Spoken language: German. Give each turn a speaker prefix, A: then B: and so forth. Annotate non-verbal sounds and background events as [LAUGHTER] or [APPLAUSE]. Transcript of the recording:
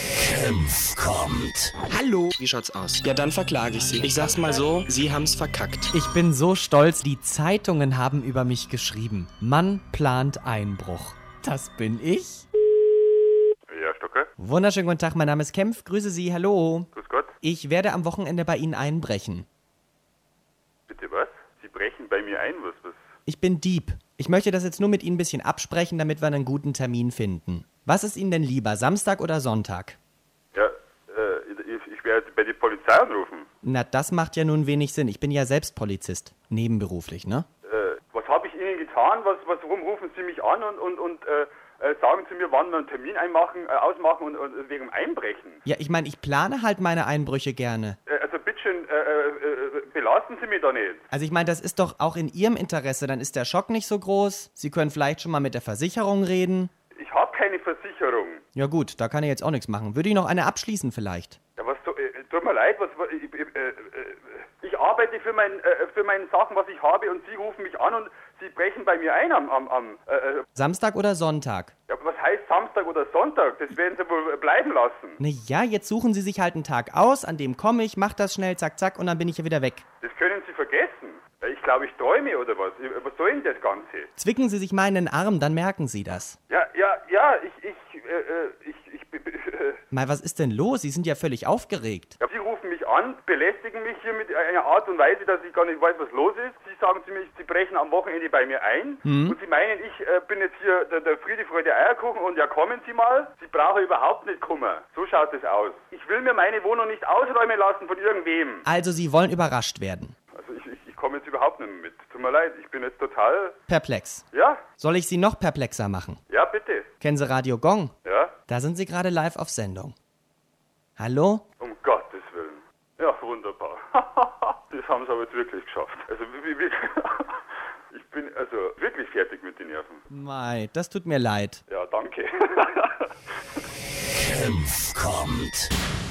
A: Senf kommt.
B: Hallo. Wie schaut's aus? Ja, dann verklage ich Sie. Ich sag's mal so, Sie haben's verkackt.
C: Ich bin so stolz, die Zeitungen haben über mich geschrieben. Mann plant Einbruch. Das bin ich.
D: Ja, Stocke,
C: Wunderschönen guten Tag, mein Name ist Kempf. Grüße Sie, hallo.
D: grüß Gott.
C: Ich werde am Wochenende bei Ihnen einbrechen.
D: Bitte was? Sie brechen bei mir ein, was? was?
C: Ich bin Dieb. Ich möchte das jetzt nur mit Ihnen ein bisschen absprechen, damit wir einen guten Termin finden. Was ist Ihnen denn lieber, Samstag oder Sonntag?
D: Ja, äh, ich, ich werde bei der Polizei anrufen.
C: Na, das macht ja nun wenig Sinn. Ich bin ja selbst Polizist. Nebenberuflich, ne?
D: Äh, was habe ich Ihnen getan? Was, was, warum rufen Sie mich an und, und, und äh, äh, sagen Sie mir, wann wir einen Termin einmachen, äh, ausmachen und, und wegen dem Einbrechen?
C: Ja, ich meine, ich plane halt meine Einbrüche gerne.
D: Äh, also bitteschön, äh, äh, äh, belasten Sie mich da nicht.
C: Also ich meine, das ist doch auch in Ihrem Interesse, dann ist der Schock nicht so groß. Sie können vielleicht schon mal mit der Versicherung reden.
D: Ich habe keine Versicherung.
C: Ja gut, da kann ich jetzt auch nichts machen. Würde ich noch eine abschließen vielleicht?
D: Ja, was, tu- äh, tut mir leid, was, was- ich, ich- äh, äh, ich arbeite für, mein, äh, für meine Sachen, was ich habe und Sie rufen mich an und Sie brechen bei mir ein am, am, am äh, äh,
C: Samstag oder Sonntag?
D: Ja, aber was heißt Samstag oder Sonntag? Das werden sie wohl bleiben lassen.
C: Na ja, jetzt suchen Sie sich halt einen Tag aus, an dem komme ich, mach das schnell, zack, zack, und dann bin ich hier wieder weg.
D: Das können sie vergessen. Ja, Ich glaube, ich träume oder was. Was soll denn das Ganze?
C: Zwicken Sie sich mal in den Arm, dann merken Sie das.
D: Ja, ja, ja, ich, ich, äh, äh, ich, ich, äh,
C: Mal, was ist denn los? Sie sind ja völlig aufgeregt.
D: [LAUGHS] ja, sie rufen mich an, belästigen mich hier mit einer Art und Weise, dass ich gar nicht weiß, was los ist. Sie sagen zu mir, sie brechen am Wochenende bei mir ein. Und sie meinen, ich äh, bin jetzt hier der, der Friede, Freude, Eierkuchen und ja, kommen Sie mal. Sie brauchen überhaupt nicht kommen. So schaut es aus. Ich will mir meine Wohnung nicht ausräumen lassen von irgendwem.
C: Also, Sie wollen überrascht werden.
D: Also ich, ich, ich komme jetzt überhaupt nicht mehr mit. Tut mir leid, ich bin jetzt total.
C: Perplex.
D: Ja,
C: Soll ich Sie noch perplexer machen?
D: ja, bitte.
C: Kennen Sie Radio Gong?
D: Ja,
C: Da sind Sie gerade live auf Sendung. Hallo?
D: um Gottes Willen. Ja, wunderbar. [LAUGHS] das haben sie aber jetzt wirklich geschafft. Also wie, [LAUGHS] wie, ich bin also wirklich fertig mit den Nerven.
C: Mei, das
D: [LAUGHS]
C: tut mir leid.
D: Ja, danke.
A: Senf kommt.